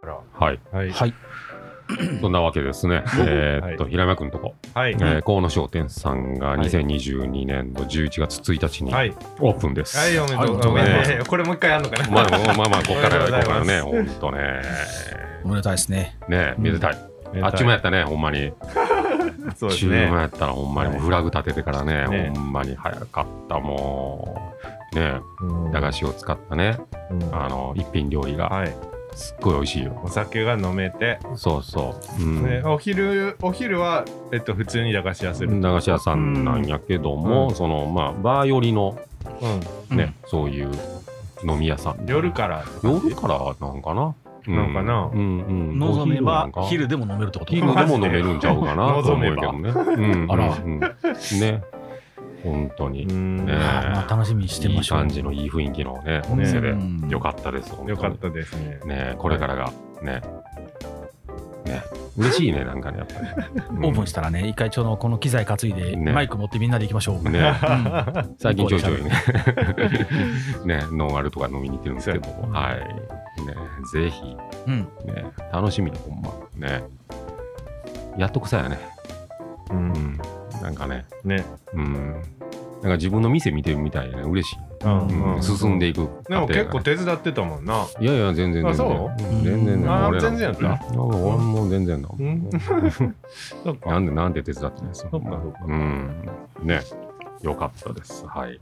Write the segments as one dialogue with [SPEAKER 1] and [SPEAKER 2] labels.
[SPEAKER 1] から。
[SPEAKER 2] はい。
[SPEAKER 1] はい。
[SPEAKER 3] はい。
[SPEAKER 2] そんなわけですね。えーっと、
[SPEAKER 1] は
[SPEAKER 2] 平山くんとこ、
[SPEAKER 1] はい。
[SPEAKER 2] えー河野商店さんが
[SPEAKER 1] い
[SPEAKER 2] 2022年の11月1日に
[SPEAKER 1] はい。
[SPEAKER 2] オープンです。
[SPEAKER 1] はい、おめでとうござ
[SPEAKER 2] はいお
[SPEAKER 1] い
[SPEAKER 2] め
[SPEAKER 1] ま
[SPEAKER 2] でとうござい
[SPEAKER 1] す。 これもう一回やるのかな。
[SPEAKER 2] まあまあまあ、ここから、こ
[SPEAKER 1] おめでとうござい
[SPEAKER 2] こから
[SPEAKER 1] ます
[SPEAKER 2] ね、ほんとね。
[SPEAKER 3] おめでたいですね。
[SPEAKER 2] ねめでたい。あっちもやったね、ほんまに。
[SPEAKER 1] そうです
[SPEAKER 2] 注文
[SPEAKER 1] ね。
[SPEAKER 2] やったらほんまにもう
[SPEAKER 1] はい
[SPEAKER 2] フラグ立ててからね、
[SPEAKER 1] ね
[SPEAKER 2] ほんまに早かった、もう。ね駄菓
[SPEAKER 1] 子。
[SPEAKER 2] 子を使ったね、
[SPEAKER 1] うん
[SPEAKER 2] あの、一品料理が、
[SPEAKER 1] はい。
[SPEAKER 2] すっごい美味しいよ。
[SPEAKER 1] お酒が飲めて、
[SPEAKER 2] そうそう。うん
[SPEAKER 1] ね、お昼、お昼は、えっと、普通に駄菓子屋する。うん。
[SPEAKER 2] 駄菓子屋さんなんやけども、
[SPEAKER 1] うん
[SPEAKER 2] そのまあバー寄りのね、そういう飲み屋さん
[SPEAKER 1] 夜から。
[SPEAKER 2] 夜からなんかな、う
[SPEAKER 1] なんかな
[SPEAKER 2] うんうん
[SPEAKER 3] 望めば
[SPEAKER 2] お
[SPEAKER 3] 昼でも飲めるってこと
[SPEAKER 2] 昼でも飲めるんちゃうかなと
[SPEAKER 1] 望
[SPEAKER 2] 思
[SPEAKER 1] め
[SPEAKER 2] うけ
[SPEAKER 1] ば
[SPEAKER 2] どね、うん、
[SPEAKER 3] あら
[SPEAKER 2] うんね本当に、
[SPEAKER 1] うん。
[SPEAKER 2] ね
[SPEAKER 3] あーまあ楽しみにして
[SPEAKER 2] い
[SPEAKER 3] ま
[SPEAKER 2] い
[SPEAKER 3] しょう。
[SPEAKER 2] 感じのいい雰囲気のねお店で、
[SPEAKER 3] うん
[SPEAKER 2] よかったです本当に
[SPEAKER 1] よかったですね。
[SPEAKER 2] ねこれからがねね嬉しいねなんかねやっぱ り、
[SPEAKER 3] オープンしたらね、一回ちょうどこの機材担いで、
[SPEAKER 2] ね
[SPEAKER 3] マイク持ってみんなで行きましょう。
[SPEAKER 2] うんね
[SPEAKER 1] は
[SPEAKER 2] 最近ちょいちょ いねね、ノンアルとか飲みに行ってるんですけど
[SPEAKER 1] そうや
[SPEAKER 2] も、はい。ね、ぜひ、
[SPEAKER 3] うん。
[SPEAKER 2] ね、楽しみだ、ほんま。ね。やっとくさやね。
[SPEAKER 1] い。う。
[SPEAKER 2] うんん。なんかね、
[SPEAKER 1] ね。
[SPEAKER 2] うん。なんか自分の店見てるみたいでね、嬉しい。
[SPEAKER 1] うん
[SPEAKER 2] うん
[SPEAKER 1] うん。
[SPEAKER 2] 進んでいく
[SPEAKER 1] で
[SPEAKER 2] 過程がね。
[SPEAKER 1] も結構手伝ってたもんな。
[SPEAKER 2] いやいや、全然全然。
[SPEAKER 1] あそ
[SPEAKER 2] ん全然全
[SPEAKER 3] うん
[SPEAKER 2] 然。
[SPEAKER 1] あ
[SPEAKER 2] 俺ら
[SPEAKER 1] 全然やった
[SPEAKER 2] うん俺も全然だ。
[SPEAKER 1] うんそっ
[SPEAKER 2] な
[SPEAKER 1] か。
[SPEAKER 2] んで、なんで手伝ってないですか
[SPEAKER 1] そっかそっか
[SPEAKER 2] うん。ね。よかったです。はい。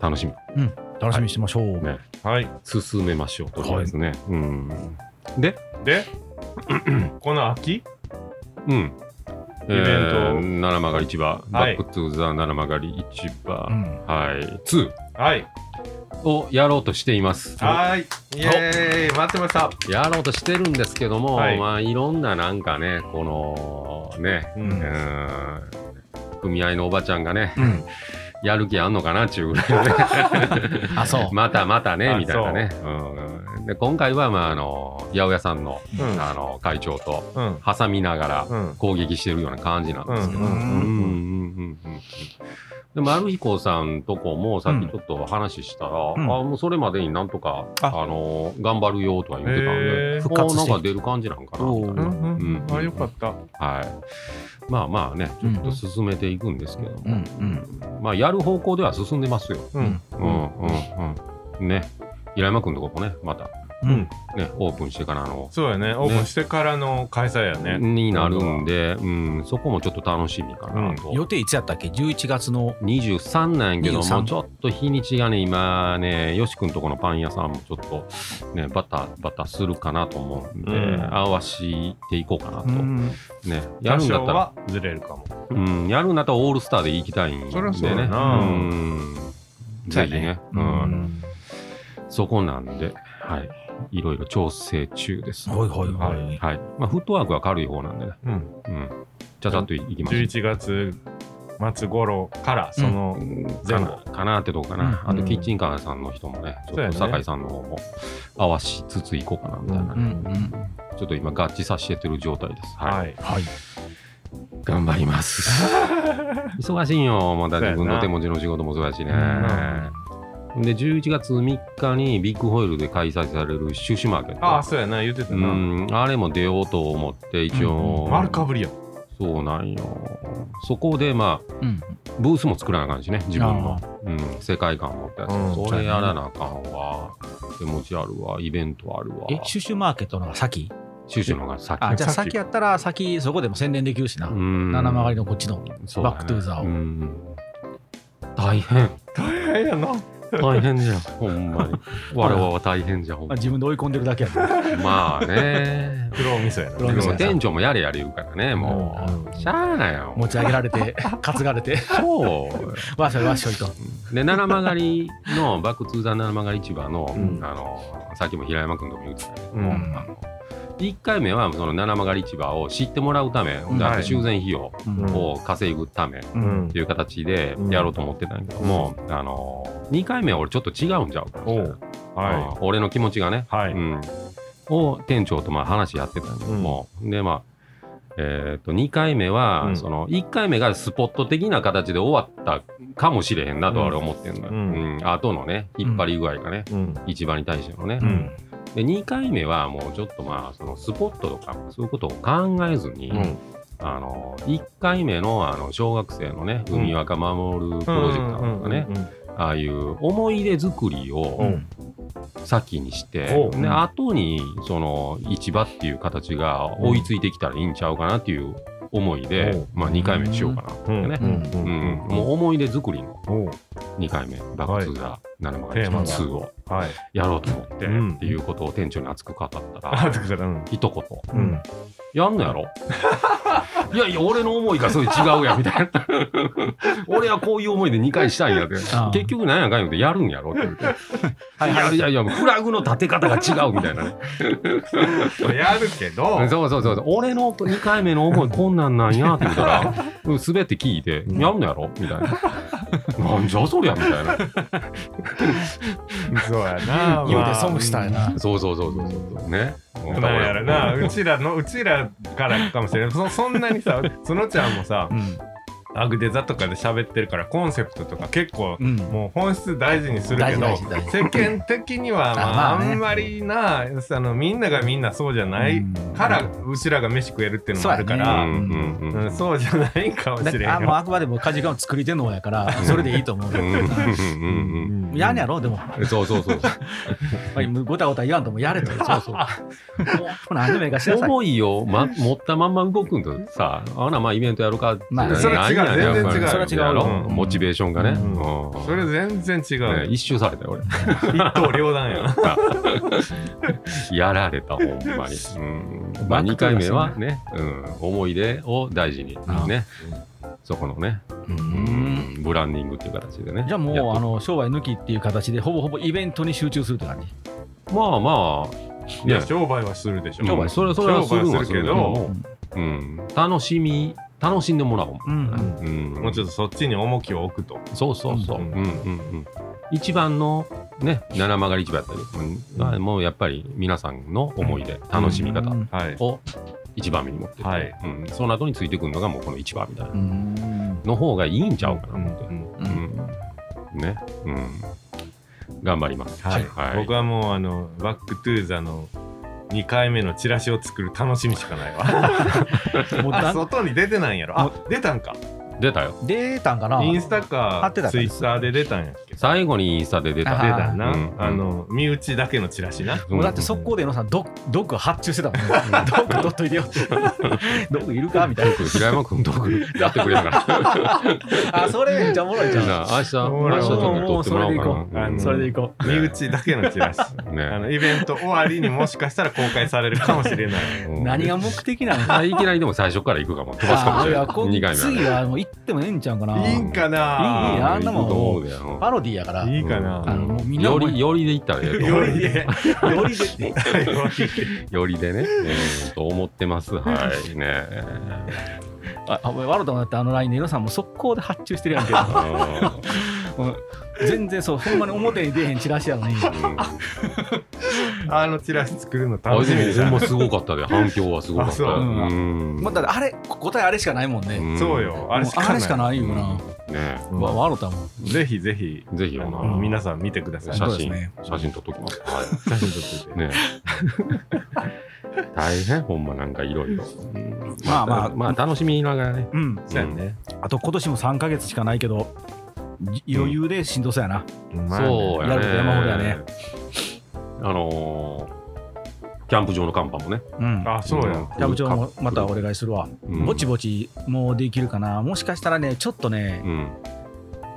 [SPEAKER 2] 楽しみ。
[SPEAKER 3] 楽しみにしてましょう。
[SPEAKER 2] ね。
[SPEAKER 1] はい。
[SPEAKER 2] 進めましょうとりあえずね、うんで
[SPEAKER 1] で、 この秋
[SPEAKER 2] うんイ
[SPEAKER 1] ベント
[SPEAKER 2] 七曲がり市場、バ
[SPEAKER 1] はい
[SPEAKER 2] ックトゥザ七曲がり市
[SPEAKER 3] う
[SPEAKER 2] 場、
[SPEAKER 3] ん。
[SPEAKER 2] はい、2
[SPEAKER 1] はい。
[SPEAKER 2] をやろうとしています。
[SPEAKER 1] はい。イエーイ。待ってました。
[SPEAKER 2] やろうとしてるんですけども、
[SPEAKER 1] はい
[SPEAKER 2] い、まあいろんななんかね、このね、
[SPEAKER 1] う。
[SPEAKER 2] うんん、組合のおばちゃんがね、
[SPEAKER 3] うん。
[SPEAKER 2] やる気あんのかなっちゅうぐらいのね、
[SPEAKER 3] あ、そ う。
[SPEAKER 2] またまたね
[SPEAKER 1] あ
[SPEAKER 2] みたいなね。うん、で今回はまああの八百屋さんの,、
[SPEAKER 1] うん
[SPEAKER 2] あの会長と
[SPEAKER 1] うん。
[SPEAKER 2] 挟みながら。
[SPEAKER 1] うん。
[SPEAKER 2] 攻撃してるような感じなん
[SPEAKER 1] う
[SPEAKER 2] ですけど、うんうんうんう
[SPEAKER 1] ん。
[SPEAKER 2] んうんでも、丸彦さんとこもさっきちょっと話したら、
[SPEAKER 3] ん
[SPEAKER 2] あもうそれまでになんとか、
[SPEAKER 1] あ
[SPEAKER 2] あの頑張るよとか言ってたん
[SPEAKER 1] へー
[SPEAKER 2] で、
[SPEAKER 3] 復活して
[SPEAKER 2] おなんか出る感じなんかなみたい
[SPEAKER 1] うん
[SPEAKER 2] な、
[SPEAKER 1] うん。あ、よかった。
[SPEAKER 2] はい、まあまあね、ちょっと進めていくんですけど、
[SPEAKER 3] うんうん。
[SPEAKER 2] まあ、やる方向では進んでますよ。
[SPEAKER 1] うん。
[SPEAKER 2] うんうんうん、ね平山君のとこもね、また、
[SPEAKER 3] うん。
[SPEAKER 2] ね、オープンしてからの、
[SPEAKER 1] そうやね。オープンしてからの開催やね。
[SPEAKER 2] になるんで、うん、そこもちょっと楽しみかなと。
[SPEAKER 3] 予定いつやったっけ ?11 月の。
[SPEAKER 2] 23なんやけども
[SPEAKER 3] 23
[SPEAKER 2] ちょっと日にちがね今ねよし君とこのパン屋さんもちょっとねバタバタするかなと思うんで、
[SPEAKER 1] うん
[SPEAKER 2] 合わしていこうかなと、
[SPEAKER 1] うん。
[SPEAKER 2] ねや
[SPEAKER 1] 多
[SPEAKER 2] るんだ
[SPEAKER 1] 少
[SPEAKER 2] ったら、
[SPEAKER 1] はずれるかも。
[SPEAKER 2] うん、やるんだったらオールスターで行きたいんでね
[SPEAKER 1] そりゃそうやな
[SPEAKER 2] うん
[SPEAKER 3] そう
[SPEAKER 2] ぜ
[SPEAKER 3] やね
[SPEAKER 2] ひね、
[SPEAKER 3] う
[SPEAKER 2] うんん
[SPEAKER 1] うん。
[SPEAKER 2] そこなんではいいろいろ調整中です
[SPEAKER 3] はいはいはい。
[SPEAKER 2] はいまあ、フットワークは軽い方なんでね、
[SPEAKER 1] うん。
[SPEAKER 2] うん、ちゃちゃっといきます
[SPEAKER 1] 11月末頃から、その前
[SPEAKER 2] か
[SPEAKER 1] 後。
[SPEAKER 2] なかなってどうかな、
[SPEAKER 1] うん
[SPEAKER 2] あとキッチンカーさんの人もね、
[SPEAKER 1] うん
[SPEAKER 2] ちょっと
[SPEAKER 1] そうやね
[SPEAKER 2] 酒井さんの方も合わしつつ行こうかなみたいな、
[SPEAKER 3] うんうん。
[SPEAKER 2] ちょっと今合致させてる状態ですはい、
[SPEAKER 1] はい。
[SPEAKER 3] はい。
[SPEAKER 2] 頑張ります 忙しいよまた自分
[SPEAKER 1] そうや
[SPEAKER 2] の
[SPEAKER 1] な
[SPEAKER 2] 手持ちの仕事も忙しいね、
[SPEAKER 1] う
[SPEAKER 2] で11月3日にビッグホイールで開催されるシュシュマーケット
[SPEAKER 1] ああ、そうやな。言ってた
[SPEAKER 2] う
[SPEAKER 1] な。
[SPEAKER 2] んあれも出ようと思って一応、
[SPEAKER 1] 丸かぶりや。
[SPEAKER 2] そうなんよそこでまあ
[SPEAKER 3] うん。
[SPEAKER 2] ブースも作らなあかんしね自分の、うん、世界観を持ったやつ、
[SPEAKER 1] うん
[SPEAKER 2] それやらなあかんわ手持ちあるわイベントあるわ
[SPEAKER 3] え、シュシュマーケットの方が先
[SPEAKER 2] シュシュの方が先
[SPEAKER 3] あ、じゃあ
[SPEAKER 1] 先
[SPEAKER 3] 先やったら先そこでも宣伝できるしな。
[SPEAKER 2] うん
[SPEAKER 3] 七曲りのこっちの。
[SPEAKER 2] そうだね
[SPEAKER 3] バックトゥーザーを
[SPEAKER 2] うん大変
[SPEAKER 1] 大変やな。
[SPEAKER 2] 大変じゃん ほんまに我々は大変じゃんほん
[SPEAKER 3] まあ自分で追い込んでるだけやね。
[SPEAKER 2] まあね
[SPEAKER 1] 黒味噌やな。
[SPEAKER 3] 黒
[SPEAKER 2] で
[SPEAKER 3] 味噌
[SPEAKER 2] も
[SPEAKER 3] や
[SPEAKER 2] 店長もやれやれ言うからねも
[SPEAKER 1] うん
[SPEAKER 2] うしゃあないよ
[SPEAKER 3] 持ち上げられて、担がれて、
[SPEAKER 2] そうよ
[SPEAKER 3] わっしょいわっしょいと。
[SPEAKER 2] で七曲りのバックトゥーザー七曲り市場の,、
[SPEAKER 1] うん
[SPEAKER 2] あのさっきも平山君とも言ってたけど、
[SPEAKER 1] うん
[SPEAKER 2] あの1回目はその七曲り市場を知ってもらうため、
[SPEAKER 3] ん
[SPEAKER 2] だっ
[SPEAKER 1] は
[SPEAKER 2] て
[SPEAKER 1] い
[SPEAKER 2] 修繕費用
[SPEAKER 3] うん
[SPEAKER 2] を稼ぐためっ
[SPEAKER 1] うん
[SPEAKER 2] ていう形でやろうと思ってたんやけども、あの2回目は俺ちょっと違うんちゃうか
[SPEAKER 1] お
[SPEAKER 2] みたいな
[SPEAKER 1] うは
[SPEAKER 2] うん俺の気持ちがね、
[SPEAKER 1] い。は
[SPEAKER 2] う
[SPEAKER 1] い。
[SPEAKER 2] ん、を店長とまあ話やってたんやけども、でまあえー、と2回目は、
[SPEAKER 1] うん
[SPEAKER 2] その1回目がスポット的な形で終わったかもしれへんなとは俺思ってんのよ、
[SPEAKER 1] う
[SPEAKER 2] うんん後のね引っ張り具合がね、
[SPEAKER 1] うん。
[SPEAKER 2] 市場に対してのね、
[SPEAKER 1] うん
[SPEAKER 2] で2回目はもうちょっとまあそのスポットとかそういうことを考えずに、
[SPEAKER 1] うん
[SPEAKER 2] あの1回目のあの小学生のね
[SPEAKER 1] うん
[SPEAKER 2] 海若守るプロジェクトとかね、ああいう思い出作り
[SPEAKER 1] うんう
[SPEAKER 2] を
[SPEAKER 1] ん
[SPEAKER 2] 先にして、
[SPEAKER 1] ほう
[SPEAKER 2] で後にその市場っていう形が追いついてきたらいいんちゃうかなっていう思いで、
[SPEAKER 1] ほう
[SPEAKER 2] まあ、2回目にしようかなって
[SPEAKER 1] うん
[SPEAKER 2] ね、
[SPEAKER 1] うんうん
[SPEAKER 2] うん
[SPEAKER 1] うん
[SPEAKER 2] もう思い出作りの
[SPEAKER 1] おう
[SPEAKER 2] 2回目「バック・トゥ・ザ・7マ
[SPEAKER 1] テーマが
[SPEAKER 2] 2」を
[SPEAKER 1] はい
[SPEAKER 2] やろうと思って、
[SPEAKER 1] うん
[SPEAKER 2] っていうことを店長に熱く語った
[SPEAKER 1] あ
[SPEAKER 2] ら
[SPEAKER 1] だからうん
[SPEAKER 2] 一言
[SPEAKER 1] うん
[SPEAKER 2] 「やんのやろ? 」いやいや俺の思いがそれ違うやみたいな俺はこういう思いで2回したいんやって
[SPEAKER 3] ああ
[SPEAKER 2] 結局なんやかんや言うてやるんやろって言って
[SPEAKER 3] はい
[SPEAKER 2] いや
[SPEAKER 3] はいい。
[SPEAKER 2] やいやフラグの立て方が違うみたいなね
[SPEAKER 1] やるけど
[SPEAKER 2] そうそうそうそう俺の2回目の思いこんなんなんやって言ったらうん全て聞いて「
[SPEAKER 1] うん
[SPEAKER 2] やんのやろ?」みたいな「なんじゃそりゃ」みたいな
[SPEAKER 1] そうやな
[SPEAKER 3] 言うて損したんやな。
[SPEAKER 2] そうそうそうそうそうね
[SPEAKER 1] なんやろなうちらのうちらからかもしれないそそんなにさそのちゃんもさ
[SPEAKER 3] うん。
[SPEAKER 1] アグデザとかで喋ってるからコンセプトとか結構
[SPEAKER 3] うん。
[SPEAKER 1] もう本質大事にするけど
[SPEAKER 3] 大事大事
[SPEAKER 1] 世間的にはまあ
[SPEAKER 3] あまあね
[SPEAKER 1] あんまりなあのみんながみんなそうじゃないからうちらが飯食えるっていうのもあるか
[SPEAKER 2] う
[SPEAKER 1] ら
[SPEAKER 2] んうんうん
[SPEAKER 1] うんそうじゃないかもし
[SPEAKER 3] だ
[SPEAKER 1] れん
[SPEAKER 3] あもう
[SPEAKER 1] よ
[SPEAKER 3] あくまでも家事感を作り手のやから、それでいいと思う。
[SPEAKER 2] うんうんうん
[SPEAKER 1] うん
[SPEAKER 3] やんやろ、でも。
[SPEAKER 2] うんそうそうそう
[SPEAKER 3] まあごたごた言わんともやれと。そうそう。ほな、アニメがしなさい。
[SPEAKER 2] 思いを、ま、持ったまんま動くんとさあなまあイベントやるかって
[SPEAKER 3] まあ
[SPEAKER 2] な
[SPEAKER 3] それ
[SPEAKER 1] は違う
[SPEAKER 2] なんやねやっ
[SPEAKER 1] 全然違う
[SPEAKER 2] ぱり
[SPEAKER 1] それは違う
[SPEAKER 2] やろ
[SPEAKER 1] うん
[SPEAKER 2] モチベーションがね
[SPEAKER 1] うん
[SPEAKER 2] うん
[SPEAKER 1] それ全然違
[SPEAKER 2] ね
[SPEAKER 1] う
[SPEAKER 2] 一周されたよ 俺
[SPEAKER 1] 一刀両断や
[SPEAKER 2] やられたほんまに、うんまあ、
[SPEAKER 3] バッ
[SPEAKER 2] 2
[SPEAKER 3] クトゥ
[SPEAKER 2] 回
[SPEAKER 3] ーザ
[SPEAKER 2] 目はね、うん、思い出を大事にねそこのね、
[SPEAKER 3] う。
[SPEAKER 2] うんん、ブランディングっていう形でね
[SPEAKER 3] じ
[SPEAKER 2] や
[SPEAKER 3] ゃあ
[SPEAKER 2] っ
[SPEAKER 3] もう、
[SPEAKER 2] て
[SPEAKER 3] あの、商売抜きっていう形で、ほぼほぼイベントに集中するって感じ。
[SPEAKER 2] まあまあ
[SPEAKER 1] い
[SPEAKER 2] ね
[SPEAKER 1] や商売はするでしょ
[SPEAKER 2] うんそれそれはするんはするけ
[SPEAKER 1] 商売は
[SPEAKER 2] ど、うん、楽しみ楽しんでもらおう
[SPEAKER 3] うんうん
[SPEAKER 2] うん
[SPEAKER 1] もうちょっとそっちに重きを置くと
[SPEAKER 2] そうそうそう。
[SPEAKER 1] う
[SPEAKER 2] うんんうんうん。一番のね、七曲り市場やったり、まあもうやっぱり皆さんの思い出、楽しみ方
[SPEAKER 3] うん
[SPEAKER 1] はい
[SPEAKER 2] を一番目に持ってて、
[SPEAKER 1] はい
[SPEAKER 2] うん、その後についてくるのがもうこの一番みたいな、
[SPEAKER 3] うん
[SPEAKER 2] の方がいいんちゃうか
[SPEAKER 1] う
[SPEAKER 2] なっ
[SPEAKER 1] ん
[SPEAKER 2] て。
[SPEAKER 1] うん
[SPEAKER 3] う
[SPEAKER 2] うん
[SPEAKER 3] ん。
[SPEAKER 2] ね、うん。頑張ります。
[SPEAKER 1] はい、
[SPEAKER 2] はい
[SPEAKER 1] 僕はもうあの「バック・トゥ・ザ」の2回目のチラシを作る楽しみしかない わ
[SPEAKER 3] もう
[SPEAKER 1] あ
[SPEAKER 3] だ
[SPEAKER 1] 外に出てないんやろあ出たんか
[SPEAKER 2] 出たよ。
[SPEAKER 3] 出たんかな
[SPEAKER 1] インスタ
[SPEAKER 3] あ
[SPEAKER 1] か
[SPEAKER 3] 出てた
[SPEAKER 1] ツイッターで出たんやっけ出
[SPEAKER 2] 最後にインスタで出
[SPEAKER 3] あ
[SPEAKER 2] た。
[SPEAKER 3] ー
[SPEAKER 1] たな、
[SPEAKER 2] うん
[SPEAKER 1] あの身内だけのチラシな
[SPEAKER 2] うん
[SPEAKER 3] もうだって速攻でのさんドッドック発注してたもん、ドック取っとい てよってドックいるかみたいな
[SPEAKER 2] 平山君とやってくれたから。
[SPEAKER 3] あそれめっちゃおもろいじゃん
[SPEAKER 2] なあ明日、
[SPEAKER 1] もう
[SPEAKER 2] 明日ちょっと撮ってもらおう
[SPEAKER 1] もうそれでいこう
[SPEAKER 2] か
[SPEAKER 1] あの
[SPEAKER 2] な。
[SPEAKER 3] それでいこ
[SPEAKER 1] 身内だけのチ ラシ
[SPEAKER 2] う。ね
[SPEAKER 1] あ。のイベント終わりにもしかしたら公開されるかもしれない
[SPEAKER 3] う、
[SPEAKER 2] うん
[SPEAKER 3] 何が目的なの
[SPEAKER 2] あいきなりでも最初から行くかも。飛ばすかもしれない。
[SPEAKER 3] あこ
[SPEAKER 2] 2回目はね。
[SPEAKER 3] 次はもう行ってもええんちゃうかない
[SPEAKER 1] いんか
[SPEAKER 3] いいや
[SPEAKER 1] な
[SPEAKER 3] あんなもん
[SPEAKER 2] いいと思うでうん
[SPEAKER 3] パロディやから
[SPEAKER 1] いいかな
[SPEAKER 3] あのもうみんな
[SPEAKER 2] よ
[SPEAKER 3] もう
[SPEAKER 2] りよりで行ったらええと思う
[SPEAKER 1] よりで
[SPEAKER 3] より出て
[SPEAKER 2] よりでね、えーと思ってますはいね
[SPEAKER 3] あお前ワロともだってあの LINE で皆さんもう速攻で発注してるやんけ
[SPEAKER 2] う
[SPEAKER 3] もう全然そうほんまに表に出えへんチラシやのに
[SPEAKER 2] ん
[SPEAKER 1] あのチラシ作るの
[SPEAKER 2] あ
[SPEAKER 1] 楽しみ
[SPEAKER 2] れ
[SPEAKER 1] で
[SPEAKER 2] でもほ
[SPEAKER 1] す
[SPEAKER 2] んますごかったで反響はすごかっ
[SPEAKER 1] あ
[SPEAKER 2] た
[SPEAKER 1] そう
[SPEAKER 2] うん
[SPEAKER 3] まあだってあれ答えあれしかないもんね、も
[SPEAKER 2] ん
[SPEAKER 1] そうよ
[SPEAKER 3] う
[SPEAKER 1] あれしかない
[SPEAKER 3] あれしかないよな、
[SPEAKER 2] ね
[SPEAKER 1] うん
[SPEAKER 3] わワロタも
[SPEAKER 1] ぜひぜひ
[SPEAKER 2] ぜひよ
[SPEAKER 1] あの
[SPEAKER 2] な
[SPEAKER 1] 皆さん見てください
[SPEAKER 2] 写
[SPEAKER 3] そうです
[SPEAKER 2] 真
[SPEAKER 3] ね
[SPEAKER 2] 写真撮っときますは
[SPEAKER 1] 写真撮
[SPEAKER 2] い
[SPEAKER 1] ってて、
[SPEAKER 2] ね大変ほんまなんかいろいろ
[SPEAKER 3] まあまあ
[SPEAKER 2] まあ楽しみながらね
[SPEAKER 3] うん
[SPEAKER 1] そうやね、
[SPEAKER 3] あと今年も3ヶ月しかないけどじ余裕でしんどそうやな、
[SPEAKER 1] まあね
[SPEAKER 2] そう
[SPEAKER 3] や
[SPEAKER 2] や
[SPEAKER 3] る
[SPEAKER 2] ね。
[SPEAKER 3] こと山ほどやね
[SPEAKER 2] あのーキャンプ場の看板もね。
[SPEAKER 3] うん
[SPEAKER 1] あそうや、
[SPEAKER 3] キャブ長もまたお願いするわ、
[SPEAKER 2] うん
[SPEAKER 3] ぼちぼちもうできるかなもしかしたらねちょっとね、
[SPEAKER 2] うん。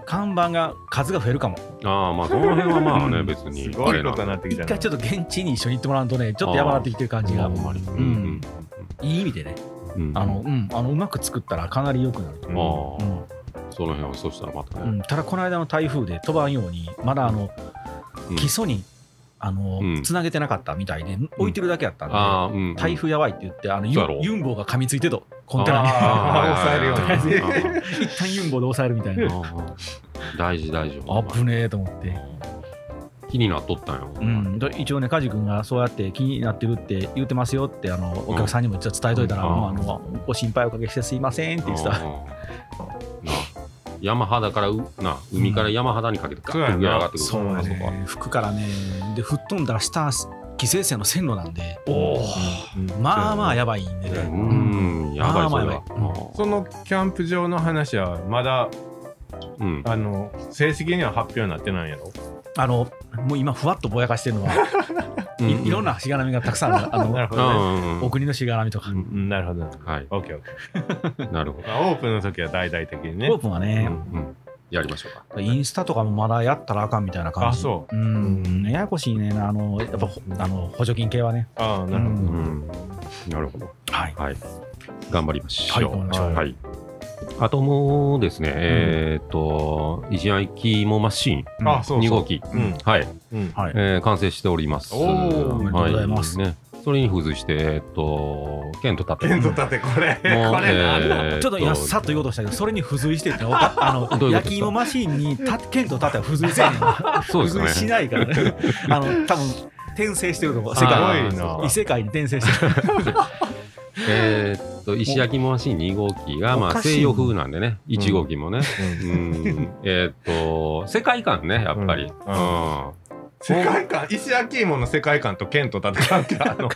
[SPEAKER 3] 看板が数が増えるかも
[SPEAKER 2] ああ、まあ、その辺はまあ ね、別に。
[SPEAKER 1] すごいことになってき
[SPEAKER 3] 一
[SPEAKER 1] た
[SPEAKER 3] 回
[SPEAKER 1] な
[SPEAKER 3] ちょっと現地に一緒に行ってもらうとねちょっとやばなってきてる感じが
[SPEAKER 2] あんまり。
[SPEAKER 3] んいい意味でね
[SPEAKER 2] うん
[SPEAKER 3] あの、、うん、あのうまく作ったらかなり良くなる、
[SPEAKER 2] まあ、
[SPEAKER 3] うん
[SPEAKER 2] その辺はそうしたらまた
[SPEAKER 3] う
[SPEAKER 2] ね。
[SPEAKER 3] んただこの間の台風で飛ばんようにまだあの、
[SPEAKER 2] うん
[SPEAKER 3] 基礎にあの、
[SPEAKER 2] うん
[SPEAKER 3] つなげてなかったみたいで置いてるだけやったんで、
[SPEAKER 2] ああ、うん。
[SPEAKER 3] 台風やばいって言ってあのユ
[SPEAKER 2] そうやろ
[SPEAKER 3] ンユンボが噛みついてとコンテナに
[SPEAKER 1] あー
[SPEAKER 2] あー
[SPEAKER 1] 抑えるように
[SPEAKER 2] はいはいはい
[SPEAKER 3] 一旦ユンボで抑えるみ たいな
[SPEAKER 2] あーあー大事、大事。
[SPEAKER 3] あぶねえと思って、
[SPEAKER 2] 気になっとったんよ。
[SPEAKER 3] うん、だ一応ね梶君がそうやって気になってるって言ってますよってあのお客さんにも一応伝えといたら、
[SPEAKER 2] うん
[SPEAKER 3] もうあのご心配おかけしてすいませんって言ってた、
[SPEAKER 2] な山肌からうな海から山肌にかけてガッて上上がってくる
[SPEAKER 1] そうやね
[SPEAKER 2] あこは
[SPEAKER 3] 服からねで吹っ飛んだら下期生成の線路なんで
[SPEAKER 2] おお。
[SPEAKER 3] まあまあやばいんで
[SPEAKER 1] う
[SPEAKER 2] う
[SPEAKER 3] ね
[SPEAKER 2] ん、やばい、それ
[SPEAKER 3] まあまあやば
[SPEAKER 2] は。
[SPEAKER 1] そのキャンプ場の話はまだ
[SPEAKER 2] うん。
[SPEAKER 1] あの正式には発表になってないんやろ
[SPEAKER 3] あのもう今ふわっとぼやかしてるのは
[SPEAKER 2] う
[SPEAKER 3] いいろん。なしがらみがたくさんあるあ
[SPEAKER 1] な
[SPEAKER 3] の
[SPEAKER 1] るほ
[SPEAKER 2] う
[SPEAKER 1] どね
[SPEAKER 2] んうんう
[SPEAKER 3] お国のしがらみとか
[SPEAKER 2] ん。
[SPEAKER 1] うんなるほどなるほ
[SPEAKER 2] はい。
[SPEAKER 1] ど OKOK
[SPEAKER 2] なるほど。
[SPEAKER 1] まあオープンの時は大々的にね
[SPEAKER 3] オープンは
[SPEAKER 2] う
[SPEAKER 3] ね
[SPEAKER 2] んうんやりましょうか。
[SPEAKER 3] インスタとかもまだやったらあかんみたいな感
[SPEAKER 1] あ
[SPEAKER 3] じ
[SPEAKER 1] そう
[SPEAKER 3] ううんややこしいねんなあのやっぱほあの補助金系はね
[SPEAKER 1] ああなるほど
[SPEAKER 3] うん
[SPEAKER 2] うん。なるほど。
[SPEAKER 3] はい
[SPEAKER 2] はい。頑張りましょう。
[SPEAKER 1] はい
[SPEAKER 2] はい。あともうですね、えーっと、イジアイキモマシーン
[SPEAKER 3] うん
[SPEAKER 1] あそう
[SPEAKER 2] 2
[SPEAKER 1] そ
[SPEAKER 2] 号
[SPEAKER 1] う
[SPEAKER 2] 機、
[SPEAKER 1] うん
[SPEAKER 2] はい、
[SPEAKER 1] うん
[SPEAKER 3] はい
[SPEAKER 2] えー完成しております。
[SPEAKER 1] おーおめ
[SPEAKER 3] でとうございます
[SPEAKER 2] はいね、それに付随して、えーっと、剣と盾。
[SPEAKER 1] 剣と盾これ これ
[SPEAKER 2] もう
[SPEAKER 1] なんだ
[SPEAKER 2] えー
[SPEAKER 3] ちょっといやさっと言おうとしたけどそれに付随してってのはおかあ
[SPEAKER 2] どういうこと
[SPEAKER 3] の
[SPEAKER 2] ですか
[SPEAKER 3] 焼き芋マシーンにた剣と盾は付随せえへん
[SPEAKER 2] そうです
[SPEAKER 3] 付随し
[SPEAKER 2] ね。
[SPEAKER 3] ないから ねあの多分転生してると思う世
[SPEAKER 1] あ
[SPEAKER 3] 界
[SPEAKER 1] ーすごいな
[SPEAKER 3] 異世界に転生してる
[SPEAKER 2] えーっと、石焼きもマシーン2号機が、ま
[SPEAKER 3] お
[SPEAKER 2] あ、
[SPEAKER 3] かしい
[SPEAKER 2] 西洋風なんでね、1号機もね。
[SPEAKER 1] うん
[SPEAKER 2] うん、えーっと、世界観ね、やっぱり。
[SPEAKER 1] うん
[SPEAKER 2] うん。
[SPEAKER 1] 世界観石焼き芋の世界観と剣と盾関係あるの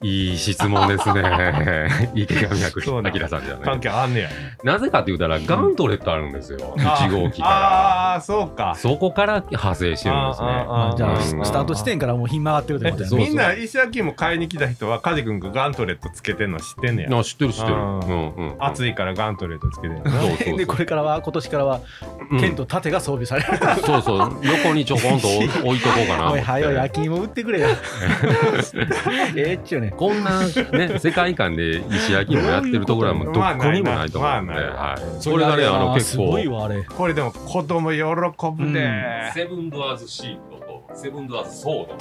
[SPEAKER 2] いい質問ですね。 池上
[SPEAKER 1] そうなん
[SPEAKER 2] 彰さんじゃない
[SPEAKER 1] 関。係あんねや
[SPEAKER 2] なぜかって言ったら、ガントレットあるんですよ。
[SPEAKER 1] あ
[SPEAKER 2] 1号機から。
[SPEAKER 1] ああそうか
[SPEAKER 2] そこから派生してるんですね。
[SPEAKER 1] あー
[SPEAKER 3] じゃあ
[SPEAKER 2] うん
[SPEAKER 3] スタート地点からもうひん曲がってるってことや
[SPEAKER 2] そう
[SPEAKER 3] ね
[SPEAKER 1] みんな石焼き芋買いに来た人はカジ君がガントレットつけてんの知ってんねや
[SPEAKER 2] あ知ってる知ってる。う
[SPEAKER 1] あー
[SPEAKER 2] んうん。
[SPEAKER 1] 暑
[SPEAKER 2] い。
[SPEAKER 1] いからガントレットつけてんの
[SPEAKER 2] そうそうそう
[SPEAKER 3] でこれからは今年からは
[SPEAKER 2] うん
[SPEAKER 3] 剣と盾が装備される、
[SPEAKER 2] そうそう。横にちょこんと置い置いとこうかな。
[SPEAKER 3] おいはよ
[SPEAKER 2] や
[SPEAKER 3] 焼き芋売ってく れよええっちゅうね
[SPEAKER 2] こんなね、世界観で石焼きもやってるところはもうどこにもないと思うんで、
[SPEAKER 1] まあないなまあない
[SPEAKER 2] はい。それがね、あの結
[SPEAKER 3] すごい
[SPEAKER 2] 構、
[SPEAKER 3] わあれ
[SPEAKER 1] これでも子供喜ぶ
[SPEAKER 3] う
[SPEAKER 1] で
[SPEAKER 2] セブンドアーズシールドとセブンドアーズソード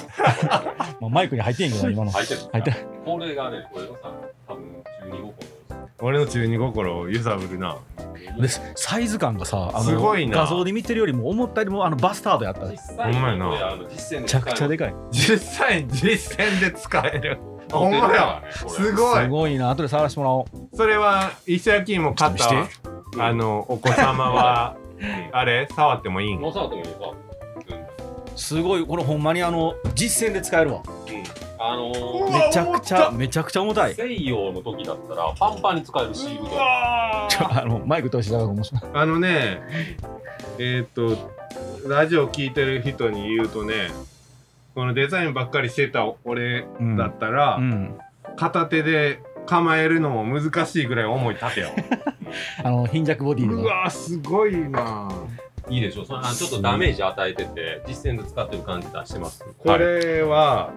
[SPEAKER 3] まあマイクに入ってんけど今の
[SPEAKER 2] 入ってる
[SPEAKER 3] 入って
[SPEAKER 2] これがね、これがさ、多分12個
[SPEAKER 1] 俺の中二心を揺さぶるな
[SPEAKER 3] でサイズ感がさあ
[SPEAKER 1] すごい
[SPEAKER 3] の
[SPEAKER 1] な
[SPEAKER 3] 画像で見てるよりも思ったよりもあのバスタードやっため
[SPEAKER 2] 際
[SPEAKER 1] にほんまやなこれ
[SPEAKER 2] あの実践
[SPEAKER 3] ちゃくちゃでかい
[SPEAKER 1] 実際実践で使えるほんまやすご
[SPEAKER 3] す
[SPEAKER 1] い
[SPEAKER 3] ごいな後で触らせてもらおう
[SPEAKER 1] それは石焼き芋買っ
[SPEAKER 3] ちょっと
[SPEAKER 1] たあのお子様はあれ触ってもいいん
[SPEAKER 2] う触ってもいいか
[SPEAKER 3] すごいこれほんまにあの実践で使えるわ
[SPEAKER 2] あの
[SPEAKER 1] うわ
[SPEAKER 3] めちゃくち
[SPEAKER 1] 重
[SPEAKER 3] ゃ
[SPEAKER 1] た
[SPEAKER 3] めちゃくちゃ重たい
[SPEAKER 2] 西洋の時だったらパンパンに使えるシールド
[SPEAKER 1] わ
[SPEAKER 3] ちょあのマイク通してだから面白い
[SPEAKER 1] あのね、えーっと、ラジオ聞いてる人に言うとね、このデザインばっかりしてた俺
[SPEAKER 3] うん
[SPEAKER 1] だったら、
[SPEAKER 3] うん
[SPEAKER 1] 片手で構えるのも難しいぐらい重い盾やわ。
[SPEAKER 3] あの貧弱ボディ
[SPEAKER 1] う
[SPEAKER 3] で
[SPEAKER 1] わすごいなぁ
[SPEAKER 2] いいでしょうそのあちょっとダメージ与えてて実践で使ってる感じ出してます
[SPEAKER 1] こ
[SPEAKER 2] はい
[SPEAKER 1] れは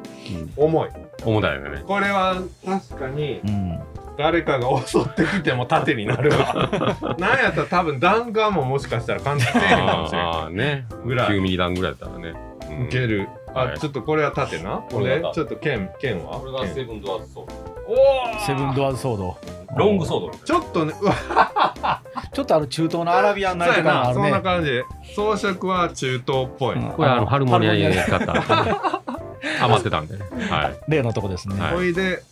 [SPEAKER 1] 重い。
[SPEAKER 2] 重たいよね
[SPEAKER 1] これは確かに
[SPEAKER 3] うん
[SPEAKER 1] 誰かが襲ってきても盾になるわ。なんやったら多分弾丸ももしかしたら完成せえへんかもしれん。
[SPEAKER 2] ああね
[SPEAKER 1] ぐらい
[SPEAKER 2] 9ミリ弾ぐらいだったらねうん
[SPEAKER 1] いける。あ、
[SPEAKER 2] はい
[SPEAKER 1] ちょっとこれは盾な。こ
[SPEAKER 2] これ
[SPEAKER 1] れ
[SPEAKER 2] が盾
[SPEAKER 1] ちょっと剣、剣は
[SPEAKER 2] これが
[SPEAKER 1] 剣
[SPEAKER 2] セブンドアーズソード
[SPEAKER 1] おー
[SPEAKER 3] セブンドアーズソード
[SPEAKER 2] ロングソード
[SPEAKER 1] ちょっとね、うわ、
[SPEAKER 3] ちょっとあの中東のアラビアンナイ
[SPEAKER 1] そう
[SPEAKER 3] ト
[SPEAKER 1] や
[SPEAKER 3] 感が
[SPEAKER 1] な、
[SPEAKER 3] ある
[SPEAKER 1] そん
[SPEAKER 3] ね
[SPEAKER 1] な感じで。装飾は中東っぽい。
[SPEAKER 3] うん
[SPEAKER 2] これあのハルモニア
[SPEAKER 3] ハルモニ
[SPEAKER 2] に
[SPEAKER 3] ア
[SPEAKER 2] 使った 余ってたんでねはい
[SPEAKER 3] 例のとこですね、
[SPEAKER 2] はい
[SPEAKER 1] ほいで、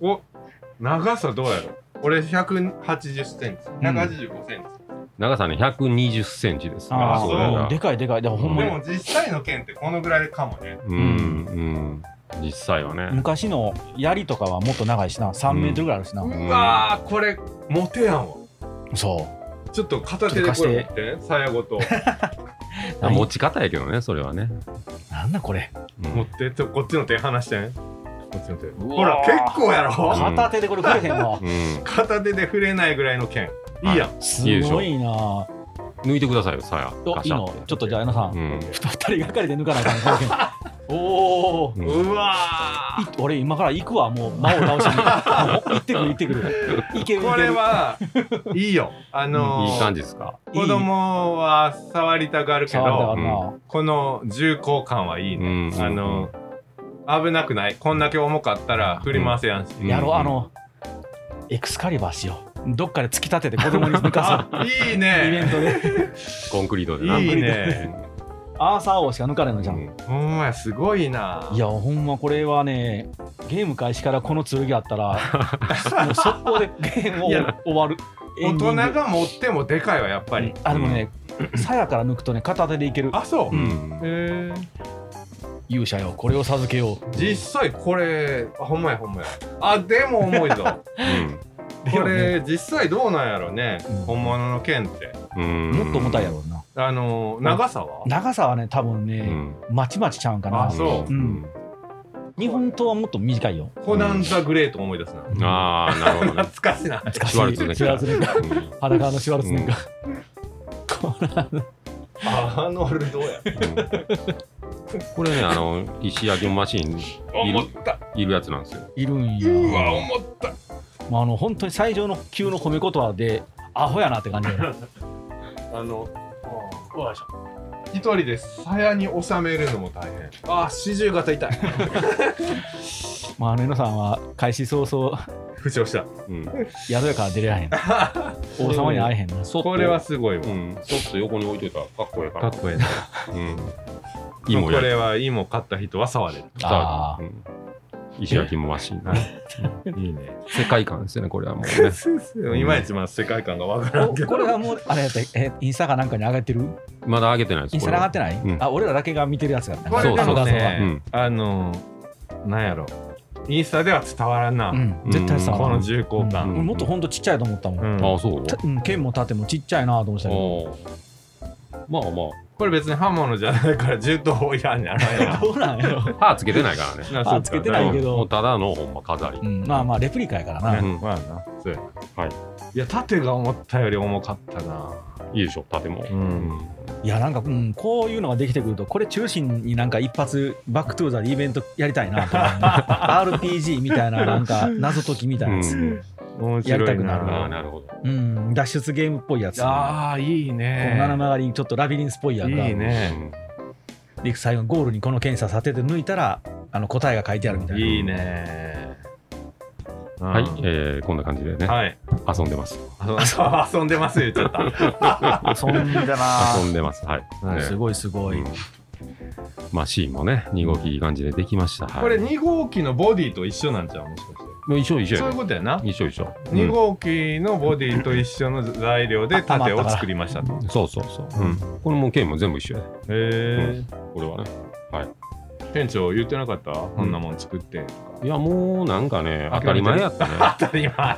[SPEAKER 1] お、長さどうやろ俺180センチ、185センチ。
[SPEAKER 2] 長さね120センチですね
[SPEAKER 3] ああ
[SPEAKER 1] そう
[SPEAKER 2] れ
[SPEAKER 1] だ
[SPEAKER 2] が
[SPEAKER 3] でかいでかいでもほん
[SPEAKER 1] で
[SPEAKER 3] まに
[SPEAKER 1] も実際の剣ってこのぐらいかもね。
[SPEAKER 2] うんうん実際はね
[SPEAKER 3] 昔の槍とかはもっと長いしな3メートルぐらいあるしな、
[SPEAKER 1] うわー、これ、モテやんわ。
[SPEAKER 3] そう
[SPEAKER 1] ちょっと片手でこれ持って、鞘ごと
[SPEAKER 2] 持ち方やけどねそれはね
[SPEAKER 3] なんだこれ
[SPEAKER 2] うん
[SPEAKER 1] 持って、ちょこっちの手離してん。こっちの手。
[SPEAKER 2] わー
[SPEAKER 1] ほら、結構やろ
[SPEAKER 3] 片手でこれ振れへん わ
[SPEAKER 2] うん
[SPEAKER 1] 片手で触れないぐらいの剣。いいやん。
[SPEAKER 3] す
[SPEAKER 2] いいでしょ
[SPEAKER 3] ごいな
[SPEAKER 2] 抜いてくださいよさや
[SPEAKER 3] おいいのちょっとじゃあ矢野さん、
[SPEAKER 2] うん
[SPEAKER 3] 二人がかりで抜かなあかん この件おお
[SPEAKER 2] うん
[SPEAKER 1] うわー。
[SPEAKER 3] 俺今から行くわもう魔を倒しにもう行ってくる行って くる行ける行
[SPEAKER 1] こ
[SPEAKER 3] け
[SPEAKER 1] れ
[SPEAKER 3] る
[SPEAKER 1] はいいよあのー
[SPEAKER 2] いい感じですか
[SPEAKER 1] 子供は触りたがるけ
[SPEAKER 3] 触った
[SPEAKER 1] ど
[SPEAKER 3] わな、
[SPEAKER 1] この重厚感はいいね、
[SPEAKER 2] うん
[SPEAKER 1] あのー危なくないこんだけ重かったら振り回せやんし、
[SPEAKER 2] うん
[SPEAKER 3] やろうあのエクスカリバーしようどっかで突き立てて子供に抜 か
[SPEAKER 1] あいい
[SPEAKER 3] す イベン
[SPEAKER 1] ね
[SPEAKER 3] ト で
[SPEAKER 2] コンクリートでない
[SPEAKER 1] いね
[SPEAKER 3] アーサー王しか抜かれんのじゃん、
[SPEAKER 1] ほんまやすごいない
[SPEAKER 3] やほんまこれはねゲーム開始からこの剣あった らもう速攻でゲームを
[SPEAKER 1] いや
[SPEAKER 3] 終わるエ
[SPEAKER 1] 大
[SPEAKER 3] ンデ
[SPEAKER 1] 人
[SPEAKER 3] ィング
[SPEAKER 1] が持ってもでかいわやっぱり、
[SPEAKER 3] あでもね、鞘から抜くとね片手でいける
[SPEAKER 1] あそう、
[SPEAKER 2] うん
[SPEAKER 1] へえ
[SPEAKER 3] 勇者よこれを授けよう
[SPEAKER 1] 実際これあほんまやほんまやあでも重いぞこれ実際どうなんやろね、
[SPEAKER 3] うん
[SPEAKER 1] 本物の剣って
[SPEAKER 2] うん。
[SPEAKER 3] もっと重たいや
[SPEAKER 2] ろ。
[SPEAKER 3] ろうな
[SPEAKER 1] あの長さは、
[SPEAKER 3] 長さはね多分
[SPEAKER 2] う
[SPEAKER 3] ね、
[SPEAKER 2] ん。
[SPEAKER 3] まちまちちゃうんかな。
[SPEAKER 1] あそうん
[SPEAKER 3] 日本刀はもっと短いよ
[SPEAKER 1] コナン・ザ・グレート思い出すな、
[SPEAKER 2] ああ、なるほど ね。
[SPEAKER 1] 懐かしいな
[SPEAKER 3] 懐かしい
[SPEAKER 2] シュワルツェネッ
[SPEAKER 3] シュワルツェネッガー
[SPEAKER 2] うんうん
[SPEAKER 3] 裸のシュワルツェネッガー、これ
[SPEAKER 1] アーノルドや
[SPEAKER 2] これね、あの、石焼きマシンい
[SPEAKER 1] 思っ
[SPEAKER 2] る
[SPEAKER 1] た
[SPEAKER 2] いるやつなんですよ。
[SPEAKER 3] いるん
[SPEAKER 1] うわ
[SPEAKER 3] や、
[SPEAKER 1] 思った
[SPEAKER 3] まあ、あの本当に最上の級の褒め言葉でアホやなって感じだ よね
[SPEAKER 1] あの一人で鞘に収めるのも大変あ四十肩痛い
[SPEAKER 3] まああの野さんは開始早々
[SPEAKER 1] 負傷した
[SPEAKER 2] うん。
[SPEAKER 3] 宿屋から出れられへ ん王様に会えへんな
[SPEAKER 2] そっと
[SPEAKER 1] これはすごいわ、
[SPEAKER 2] うん、そっと横に置いといたらかっこええから。
[SPEAKER 1] かっこええな
[SPEAKER 2] うん。
[SPEAKER 1] いい
[SPEAKER 2] 芋
[SPEAKER 1] もん
[SPEAKER 2] や
[SPEAKER 1] やこ
[SPEAKER 2] る。
[SPEAKER 1] れはいいもん買った人は触れる
[SPEAKER 3] あ
[SPEAKER 2] う、ん、石焼きもマシン。
[SPEAKER 1] いいね
[SPEAKER 2] 世界観ですよね、これはもうね。
[SPEAKER 1] いまいちまあ世界観がわからん
[SPEAKER 3] お
[SPEAKER 1] けど
[SPEAKER 3] これはもうあれやったえインスタかなんかに上げてる
[SPEAKER 2] まだ上げてないです。
[SPEAKER 3] インスタに上がってない、
[SPEAKER 2] うん
[SPEAKER 3] あ俺らだけが見てるやつだった
[SPEAKER 1] これで
[SPEAKER 2] そう
[SPEAKER 1] も
[SPEAKER 2] そうそう
[SPEAKER 1] ね、
[SPEAKER 2] うん
[SPEAKER 1] あのなんやろインスタでは伝わらんな、
[SPEAKER 3] うん、絶対さ、
[SPEAKER 2] うん
[SPEAKER 1] この重厚
[SPEAKER 2] う
[SPEAKER 1] 感、
[SPEAKER 3] 俺もっとほんとちっちゃいと思ったもん、
[SPEAKER 1] うん
[SPEAKER 2] ああ、そう
[SPEAKER 3] たうん、剣も盾もちっちゃいなと思ってたけど
[SPEAKER 2] ああ。まあま
[SPEAKER 1] これ別に刃物じゃないから銃刀いらんやろ
[SPEAKER 3] どうなん やろ、
[SPEAKER 2] あ。歯つけてない からね。
[SPEAKER 1] な
[SPEAKER 3] あつけてないけど
[SPEAKER 2] もうただのほんま飾り。
[SPEAKER 3] うん、まあまあレプリカやからな、
[SPEAKER 1] ね
[SPEAKER 2] うん
[SPEAKER 1] まあなそうや
[SPEAKER 2] はい
[SPEAKER 1] や盾が思ったより重かったない
[SPEAKER 2] いでしょ、建物。
[SPEAKER 1] うん
[SPEAKER 3] いやなんか、うん、こういうのができてくるとこれ中心になんか一発バックトゥーザでイベントやりたいな と思う RPG みたいななんか謎解きみたいなやつ、
[SPEAKER 2] うん
[SPEAKER 1] 面
[SPEAKER 3] やり
[SPEAKER 1] 白
[SPEAKER 3] た
[SPEAKER 1] い
[SPEAKER 3] くな
[SPEAKER 2] あ
[SPEAKER 3] る
[SPEAKER 2] あ、
[SPEAKER 1] な
[SPEAKER 2] なるほど。
[SPEAKER 3] うん脱出ゲームっぽいやつ
[SPEAKER 1] ああいい
[SPEAKER 3] こう斜
[SPEAKER 1] ね
[SPEAKER 3] め上がりにちょっとラビリンスっぽいやんか
[SPEAKER 1] いいね
[SPEAKER 3] で最後にゴールにこの検査させて抜いたらあの答えが書いてあるみたいない
[SPEAKER 1] いね
[SPEAKER 2] うんはい、えーこんな感じでね、
[SPEAKER 1] はい
[SPEAKER 2] 遊んでます。
[SPEAKER 1] あそう遊んでます言っちゃ った
[SPEAKER 3] 遊んだな
[SPEAKER 2] 遊んでます。はい。
[SPEAKER 1] はい
[SPEAKER 3] す
[SPEAKER 2] ね
[SPEAKER 3] ごいすごい、
[SPEAKER 2] うんまあ、シーンもね、2号機いい感じでできました。はい
[SPEAKER 1] これ2号機のボディと一緒なんちゃうもしかし
[SPEAKER 2] もう一緒一
[SPEAKER 1] て
[SPEAKER 2] 緒
[SPEAKER 1] そう
[SPEAKER 2] や
[SPEAKER 1] いう
[SPEAKER 2] ね。
[SPEAKER 1] ことやな
[SPEAKER 2] 一緒一緒。
[SPEAKER 1] 2号機のボディと一緒の材料で盾を作りましたと
[SPEAKER 2] うんそうそうそう。うん。これも剣も全部一緒やね。
[SPEAKER 1] へ
[SPEAKER 2] これはね。
[SPEAKER 1] え店長言ってなかったこんなもん作ってとか
[SPEAKER 2] いや、もうなんかね、当たり前やった ね。
[SPEAKER 1] 当たり前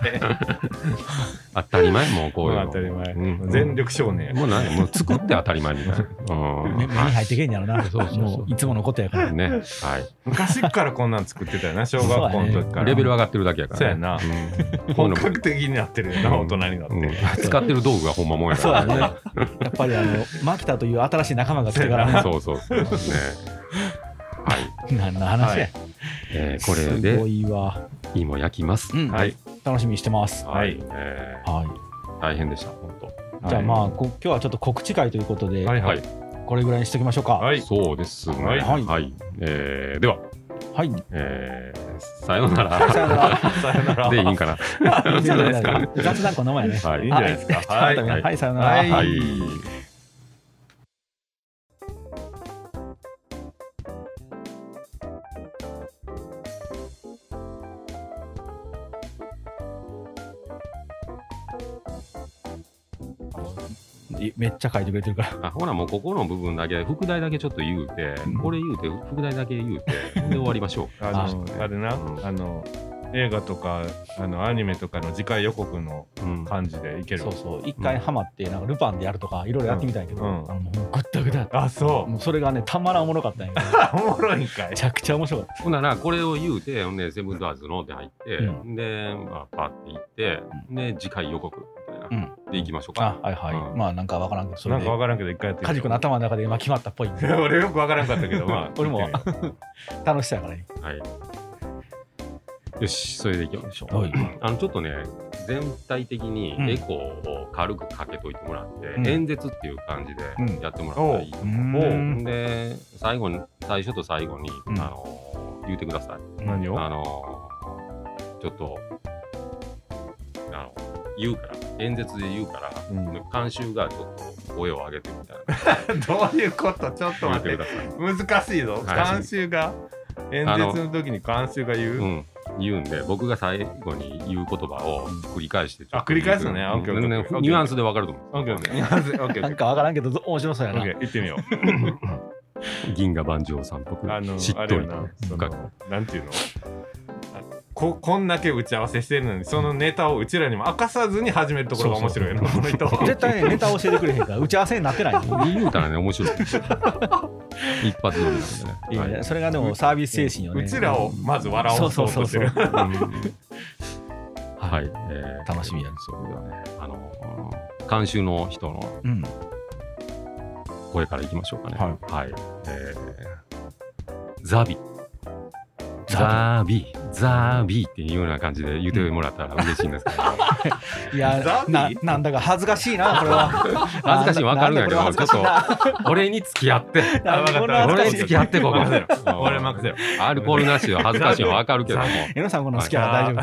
[SPEAKER 2] 当たり前、もうこういう
[SPEAKER 1] まあ
[SPEAKER 2] の。
[SPEAKER 1] 当たり前、
[SPEAKER 2] うん
[SPEAKER 1] 全力少年や
[SPEAKER 2] もうなんやもう作って当たり前みたい な。うん
[SPEAKER 3] 目目に入ってけんやろな
[SPEAKER 2] そうそうそう
[SPEAKER 3] もういつものことやから
[SPEAKER 2] ね。 はい。
[SPEAKER 1] 昔っからこんなん作ってた よな小学校の時から、
[SPEAKER 2] レベル上がってるだけやから。
[SPEAKER 1] そうや
[SPEAKER 2] う
[SPEAKER 1] な
[SPEAKER 2] ん。こういう
[SPEAKER 1] 本
[SPEAKER 2] のも
[SPEAKER 1] 格的になってるよな
[SPEAKER 2] う
[SPEAKER 1] 大
[SPEAKER 2] ん
[SPEAKER 1] 人になって、
[SPEAKER 2] うん使ってる道具がほんまもんや
[SPEAKER 3] そう
[SPEAKER 2] か
[SPEAKER 3] だ
[SPEAKER 2] ら
[SPEAKER 3] ね。やっぱりあのマキタという新しい仲間が来てからね
[SPEAKER 2] そうそうそう。ね。はい。
[SPEAKER 3] 何の話や、
[SPEAKER 2] えーこれ
[SPEAKER 3] すご
[SPEAKER 2] で
[SPEAKER 3] いわ、
[SPEAKER 2] 芋焼きます
[SPEAKER 3] う。ん
[SPEAKER 1] はい
[SPEAKER 3] 楽しみにしてます、
[SPEAKER 1] はい
[SPEAKER 2] え
[SPEAKER 3] はい
[SPEAKER 2] ー大変でした、本当。
[SPEAKER 3] じゃあまあこ今日はちょっと告知会ということで、
[SPEAKER 1] はい
[SPEAKER 2] は
[SPEAKER 1] はいい。
[SPEAKER 3] これぐらいにしときましょうか
[SPEAKER 1] はい
[SPEAKER 2] そうですね。
[SPEAKER 1] はい
[SPEAKER 3] はい
[SPEAKER 2] はい。えーでは、
[SPEAKER 3] はい
[SPEAKER 2] えーさようなら
[SPEAKER 3] さよなら
[SPEAKER 1] さよなら
[SPEAKER 2] でいいんかな。
[SPEAKER 3] 雑談この前ね
[SPEAKER 2] はい
[SPEAKER 1] いいん。じゃないですか
[SPEAKER 3] は、
[SPEAKER 1] はいい
[SPEAKER 3] はい、さよなら、
[SPEAKER 1] はい
[SPEAKER 2] はい。
[SPEAKER 3] いめっちゃ書いてくれてるから
[SPEAKER 2] あほらもうここの部分だけ副題だけちょっと言うて、
[SPEAKER 3] うん
[SPEAKER 2] これ言うて副題だけ言うてで終わりましょう
[SPEAKER 1] あのあれな、
[SPEAKER 2] うん
[SPEAKER 1] あの映画とかあのアニメとかの次回予告の
[SPEAKER 2] うん
[SPEAKER 1] 感じでいける
[SPEAKER 3] そうそう一回ハマってなんかルパンでやるとかいろいろやってみたいけど、
[SPEAKER 1] うんうん
[SPEAKER 3] あのもうグッダグダ
[SPEAKER 1] あそ
[SPEAKER 3] もうそれがねたまらんおもろかったんやけど
[SPEAKER 1] う
[SPEAKER 3] め
[SPEAKER 1] おもろいんかい
[SPEAKER 3] ちゃくちゃ面白かった
[SPEAKER 2] ほんならこれを言うてほんでセブンズアーズのって入って、
[SPEAKER 3] う
[SPEAKER 2] で、まあ、パッて行って、で次回予告みたいな、で行きましょう
[SPEAKER 3] あ
[SPEAKER 2] か
[SPEAKER 3] はいはい、
[SPEAKER 2] うん
[SPEAKER 3] まあなんかわからんけどそ
[SPEAKER 1] な
[SPEAKER 3] れ
[SPEAKER 1] ん
[SPEAKER 3] で
[SPEAKER 1] かわからんけど一回やってみ
[SPEAKER 3] カジ君の頭の中で今決まったっぽい
[SPEAKER 1] 俺よくわからんかったけど まあ
[SPEAKER 3] 俺も
[SPEAKER 1] 聞いてみよ
[SPEAKER 3] 楽しそうやからね
[SPEAKER 2] はいよしそれで行きましょう、
[SPEAKER 3] はい
[SPEAKER 2] あのちょっとね全体的にエコーを軽くかけといてもらって、
[SPEAKER 3] うん
[SPEAKER 2] 演説っていう感じ
[SPEAKER 3] うん
[SPEAKER 2] でやってもらったらいいと思う、
[SPEAKER 3] うん
[SPEAKER 2] で最後に最初と最後に、
[SPEAKER 3] うん
[SPEAKER 2] あの言うてください
[SPEAKER 1] うん何を
[SPEAKER 2] あのーちょっと、あの、言うから、演説で言うから、
[SPEAKER 1] うん
[SPEAKER 2] 監修がちょっと声を上げてみたいな。
[SPEAKER 1] どういうことちょっと
[SPEAKER 2] 言っ
[SPEAKER 1] 待
[SPEAKER 2] て
[SPEAKER 1] っ
[SPEAKER 2] ください。
[SPEAKER 1] て難しいぞ
[SPEAKER 2] はい
[SPEAKER 1] 監修が演説の時に監修が言
[SPEAKER 2] う。
[SPEAKER 1] うん
[SPEAKER 2] 言うんで、僕が最後に言う言葉を繰り返してちょっと。
[SPEAKER 1] あ繰り返すのね
[SPEAKER 2] うん
[SPEAKER 1] あオッケーオッケー
[SPEAKER 2] うん
[SPEAKER 1] オッケー
[SPEAKER 2] ニュアンスでわかると思う。
[SPEAKER 1] オッケーオッケーオッケーオッケー
[SPEAKER 3] なんかわからんけどぞ面白そうや
[SPEAKER 1] オッ
[SPEAKER 3] な
[SPEAKER 1] ケー行ってみよ
[SPEAKER 2] 銀河万丈さんっぽ く
[SPEAKER 1] あの
[SPEAKER 2] しっ
[SPEAKER 1] あ
[SPEAKER 2] と
[SPEAKER 1] れよ
[SPEAKER 2] り
[SPEAKER 1] なそ
[SPEAKER 2] 深く
[SPEAKER 1] のなんていうのあここんだけ打ち合わせしてるのにそのネタをうちらにも明かさずに始めるところが面白いよなこの人
[SPEAKER 3] 絶対ねネタ教えてくれへんから打ち合わせになってないよ
[SPEAKER 2] 言うたらね面白い一発撮りなんでね
[SPEAKER 3] いやい
[SPEAKER 2] は
[SPEAKER 3] やそれがでもサービス精神よね
[SPEAKER 1] うちらをまず笑おうとしてる
[SPEAKER 3] そう
[SPEAKER 2] はい、えー
[SPEAKER 3] 楽しみや
[SPEAKER 2] それではね、あのー監修の人の
[SPEAKER 3] うん
[SPEAKER 2] 声からいきましょうかね。
[SPEAKER 1] は
[SPEAKER 2] はい。えーザビ。ザビ、ザビっていうような感じで言ってもらったら嬉しいんですけ ど、
[SPEAKER 3] い
[SPEAKER 1] ザ
[SPEAKER 3] や
[SPEAKER 1] ビ
[SPEAKER 3] ななんだか恥ずかしいなこ れは
[SPEAKER 2] 恥ずかしいわかるんだけど
[SPEAKER 3] なだこれ恥ずかしいな
[SPEAKER 2] 俺に付き合って、
[SPEAKER 1] あ分かった
[SPEAKER 3] これは恥
[SPEAKER 2] 俺
[SPEAKER 3] ずか
[SPEAKER 2] に
[SPEAKER 3] しい
[SPEAKER 2] 付き合ってここ
[SPEAKER 1] 任せろ
[SPEAKER 2] うん
[SPEAKER 1] 俺任せろ
[SPEAKER 2] アルコールなしは恥ずかしいのわかるけども。
[SPEAKER 3] 江野さんこの好きなら大丈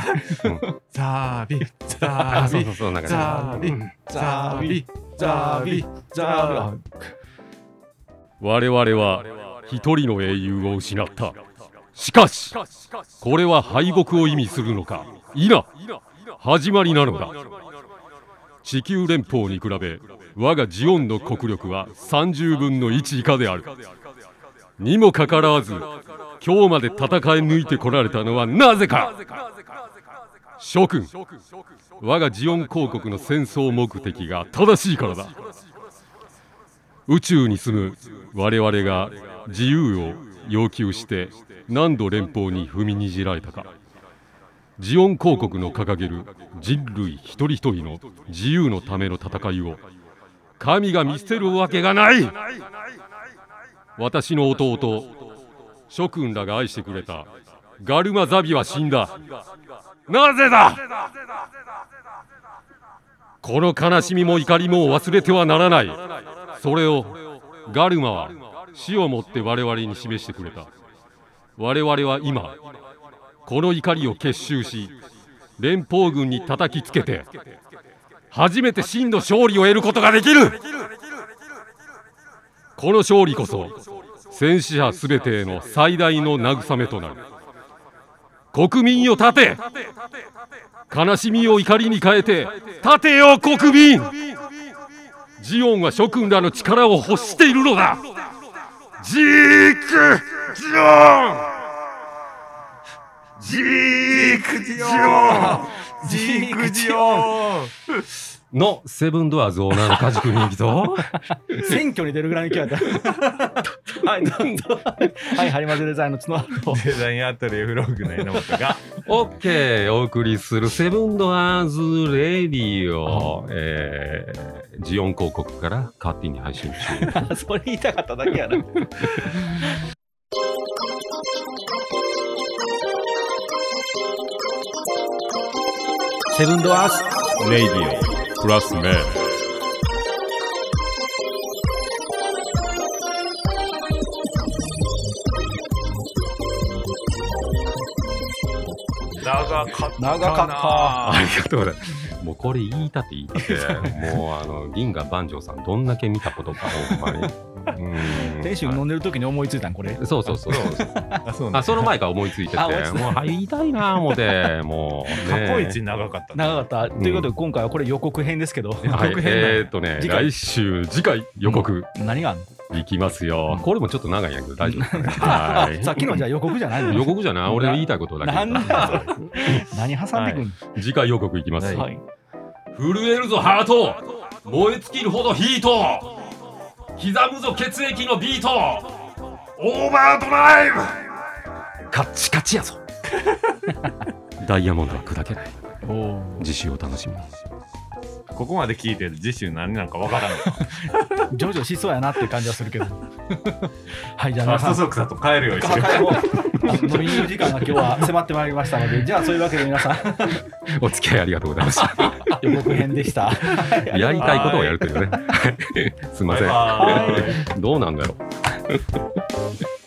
[SPEAKER 3] 夫
[SPEAKER 1] ザービ
[SPEAKER 2] あ、
[SPEAKER 1] ザ
[SPEAKER 2] そう
[SPEAKER 1] ー
[SPEAKER 2] そ
[SPEAKER 1] ビ
[SPEAKER 2] うそう、なんか
[SPEAKER 1] ザー
[SPEAKER 2] ね。
[SPEAKER 1] ビ ザービザービザービ
[SPEAKER 2] 我々は一人の英雄を失ったしかしこれは敗北を意味するのか否始まりなのだ地球連邦に比べ我がジオンの国力は30分の1以下であるにもかかわらず今日まで戦い抜いてこられたのはなぜか諸君我がジオン公国の戦争目的が正しいからだ宇宙に住む我々が自由を要求して何度連邦に踏みにじられたかジオン公国の掲げる人類一人一人の自由のための戦いを神が見捨てるわけがない私の弟諸君らが愛してくれたガルマザビは死んだなぜだこの悲しみも怒りも忘れてはならないそれをガルマは死をもって我々に示してくれた我々は今この怒りを結集し連邦軍に叩きつけて初めて真の勝利を得ることができるこの勝利こそ戦死者すべてへの最大の慰めとなる国民を立て悲しみを怒りに変えて立てよ国民ジオンは諸君らの力を欲しているのだジークジオンジークジ
[SPEAKER 1] ジークジオン
[SPEAKER 2] オンのセブンドアーズオーナーの家畜人気 と
[SPEAKER 3] 選挙に出るぐら いの気合だはいどうぞ はいハリマゼデザインの角原と
[SPEAKER 1] デザインアトリエフローグの榎本が
[SPEAKER 2] オッケーお送りするセブンドアーズレディオ、えージオン広告から勝手に配信中
[SPEAKER 3] あ それ言いたかっただけやなセブンドアース
[SPEAKER 1] レイディオプラスメ長かったな
[SPEAKER 3] 長
[SPEAKER 2] あ
[SPEAKER 3] か
[SPEAKER 2] りがとうございます。もうこれ言いたって言いたって、もうあの銀河万丈さん、どんだけ見たことか、ほんま に。うん
[SPEAKER 3] 先週飲んでる時に思いついたんこれ
[SPEAKER 2] そうそうそう。
[SPEAKER 1] あそうな
[SPEAKER 2] あ、
[SPEAKER 1] んだ
[SPEAKER 2] その前から思いついてて、
[SPEAKER 3] あ思いついた
[SPEAKER 2] もう、はい、言いたいな、思 って、もう、
[SPEAKER 1] 過
[SPEAKER 2] ね。
[SPEAKER 1] 去一長かったな
[SPEAKER 3] 長かったということで今回はこれ予告編ですけど
[SPEAKER 2] はい、
[SPEAKER 1] 特編なんや
[SPEAKER 2] えーっとね、
[SPEAKER 3] 次
[SPEAKER 2] 来
[SPEAKER 3] 回
[SPEAKER 2] 週、次回予告
[SPEAKER 3] 何があんの
[SPEAKER 2] いきますよ。これもちょっと長いんやけど、大丈夫かな。はい
[SPEAKER 3] さっきのじゃ あ予告じゃない
[SPEAKER 2] 予
[SPEAKER 3] の
[SPEAKER 2] 告じゃない、俺の言いたいことだけ。
[SPEAKER 3] なんだ何挟んでくんの
[SPEAKER 2] 次回予告いきます。
[SPEAKER 3] はい
[SPEAKER 2] 震えるぞハート燃え尽きるほどヒート刻むぞ血液のビートオーバードライブカッチカチや ぞダイヤモンドは砕けない
[SPEAKER 3] お
[SPEAKER 2] 次週を楽しみに
[SPEAKER 1] ここまで聞いて次週何なんかわからん
[SPEAKER 3] ー徐々しそうやなっていう感じはする けどはいじゃあ
[SPEAKER 1] ファ
[SPEAKER 3] 皆
[SPEAKER 1] ース
[SPEAKER 3] さ
[SPEAKER 1] ト
[SPEAKER 3] ん
[SPEAKER 1] ソックスだと帰るよ一
[SPEAKER 3] 破
[SPEAKER 1] 瞬
[SPEAKER 3] 壊を 飲みに行く時間が今日は迫ってまいりましたのでじゃあそういうわけで皆さん
[SPEAKER 2] お付き合いありがとうございました
[SPEAKER 3] 予告編でした。
[SPEAKER 2] やりたいことをやるというねすいま
[SPEAKER 1] バイ
[SPEAKER 2] せ
[SPEAKER 1] バーイ
[SPEAKER 2] んどうなんだろう